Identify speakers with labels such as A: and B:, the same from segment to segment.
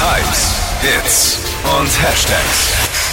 A: Hypes, Hits und Hashtags.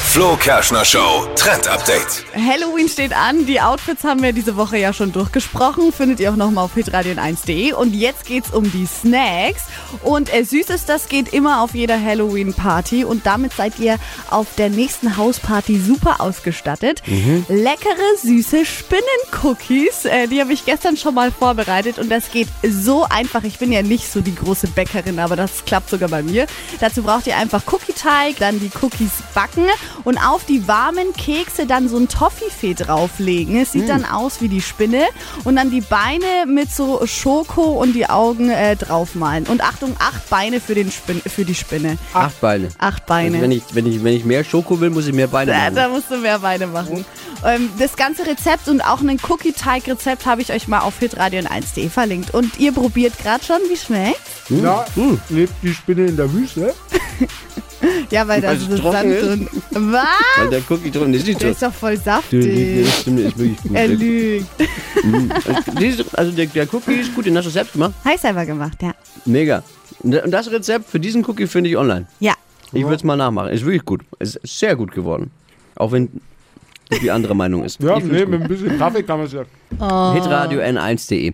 A: Flo Kerschner Show Trend Update.
B: Halloween steht an. Die Outfits haben wir diese Woche ja schon durchgesprochen. Findet ihr auch nochmal auf hitradion1.de. Und jetzt geht's um die Snacks. Und äh, süß ist das geht immer auf jeder Halloween-Party. Und damit seid ihr auf der nächsten Hausparty super ausgestattet. Leckere, süße Spinnen-Cookies. Äh, die habe ich gestern schon mal vorbereitet. Und das geht so einfach. Ich bin ja nicht so die große Bäckerin, aber das klappt sogar bei mir. Dazu braucht ihr einfach Cookie-Teig, dann die Cookies backen und auf die warmen Kekse dann so ein Toffifee drauflegen. Es sieht
C: Mm.
B: dann aus wie die Spinne und dann die Beine mit so Schoko und die Augen äh, draufmalen. Und Achtung, acht Beine für, den Spin für die Spinne.
C: Acht Beine.
B: Acht
C: Also
B: Ah, Beine.
C: wenn, ich, wenn, ich, wenn ich mehr Schoko will, muss ich mehr Beine
B: Da, da
C: machen.
B: musst du mehr Beine machen. Ähm, das ganze Rezept und auch ein Cookie-Teig-Rezept habe ich euch mal auf hitradion1.de verlinkt. Und ihr probiert gerade schon, wie schmeckt?
C: Hm?
D: Na, lebt die Spinne in der Wüste?
B: Ja, weil das
C: es
B: ist
C: trocken
B: Sand
C: ist.
B: und... Was?
C: Weil der Cookie drin ist nicht
B: Der
C: so.
B: ist doch voll
C: Du, nee,
B: saftig.
C: das stimmt, ist wirklich gut.
B: Er
C: Der-
B: lügt.
C: Die ist- Also der, der Cookie ist gut, den hast du selbst gemacht.
B: Heiß selber gemacht, ja.
C: Mega. Und und das Rezept für diesen Cookie finde ich online.
B: Ja.
C: Ich würde es mal nachmachen. Ist wirklich gut. Ist sehr gut geworden. Auch wenn die andere Meinung ist.
D: Ja,
C: Ich find's
D: nee,
C: gut.
D: mit ein bisschen Kaffee kann man es ja.
B: Oh.
C: Hitradio n1.de.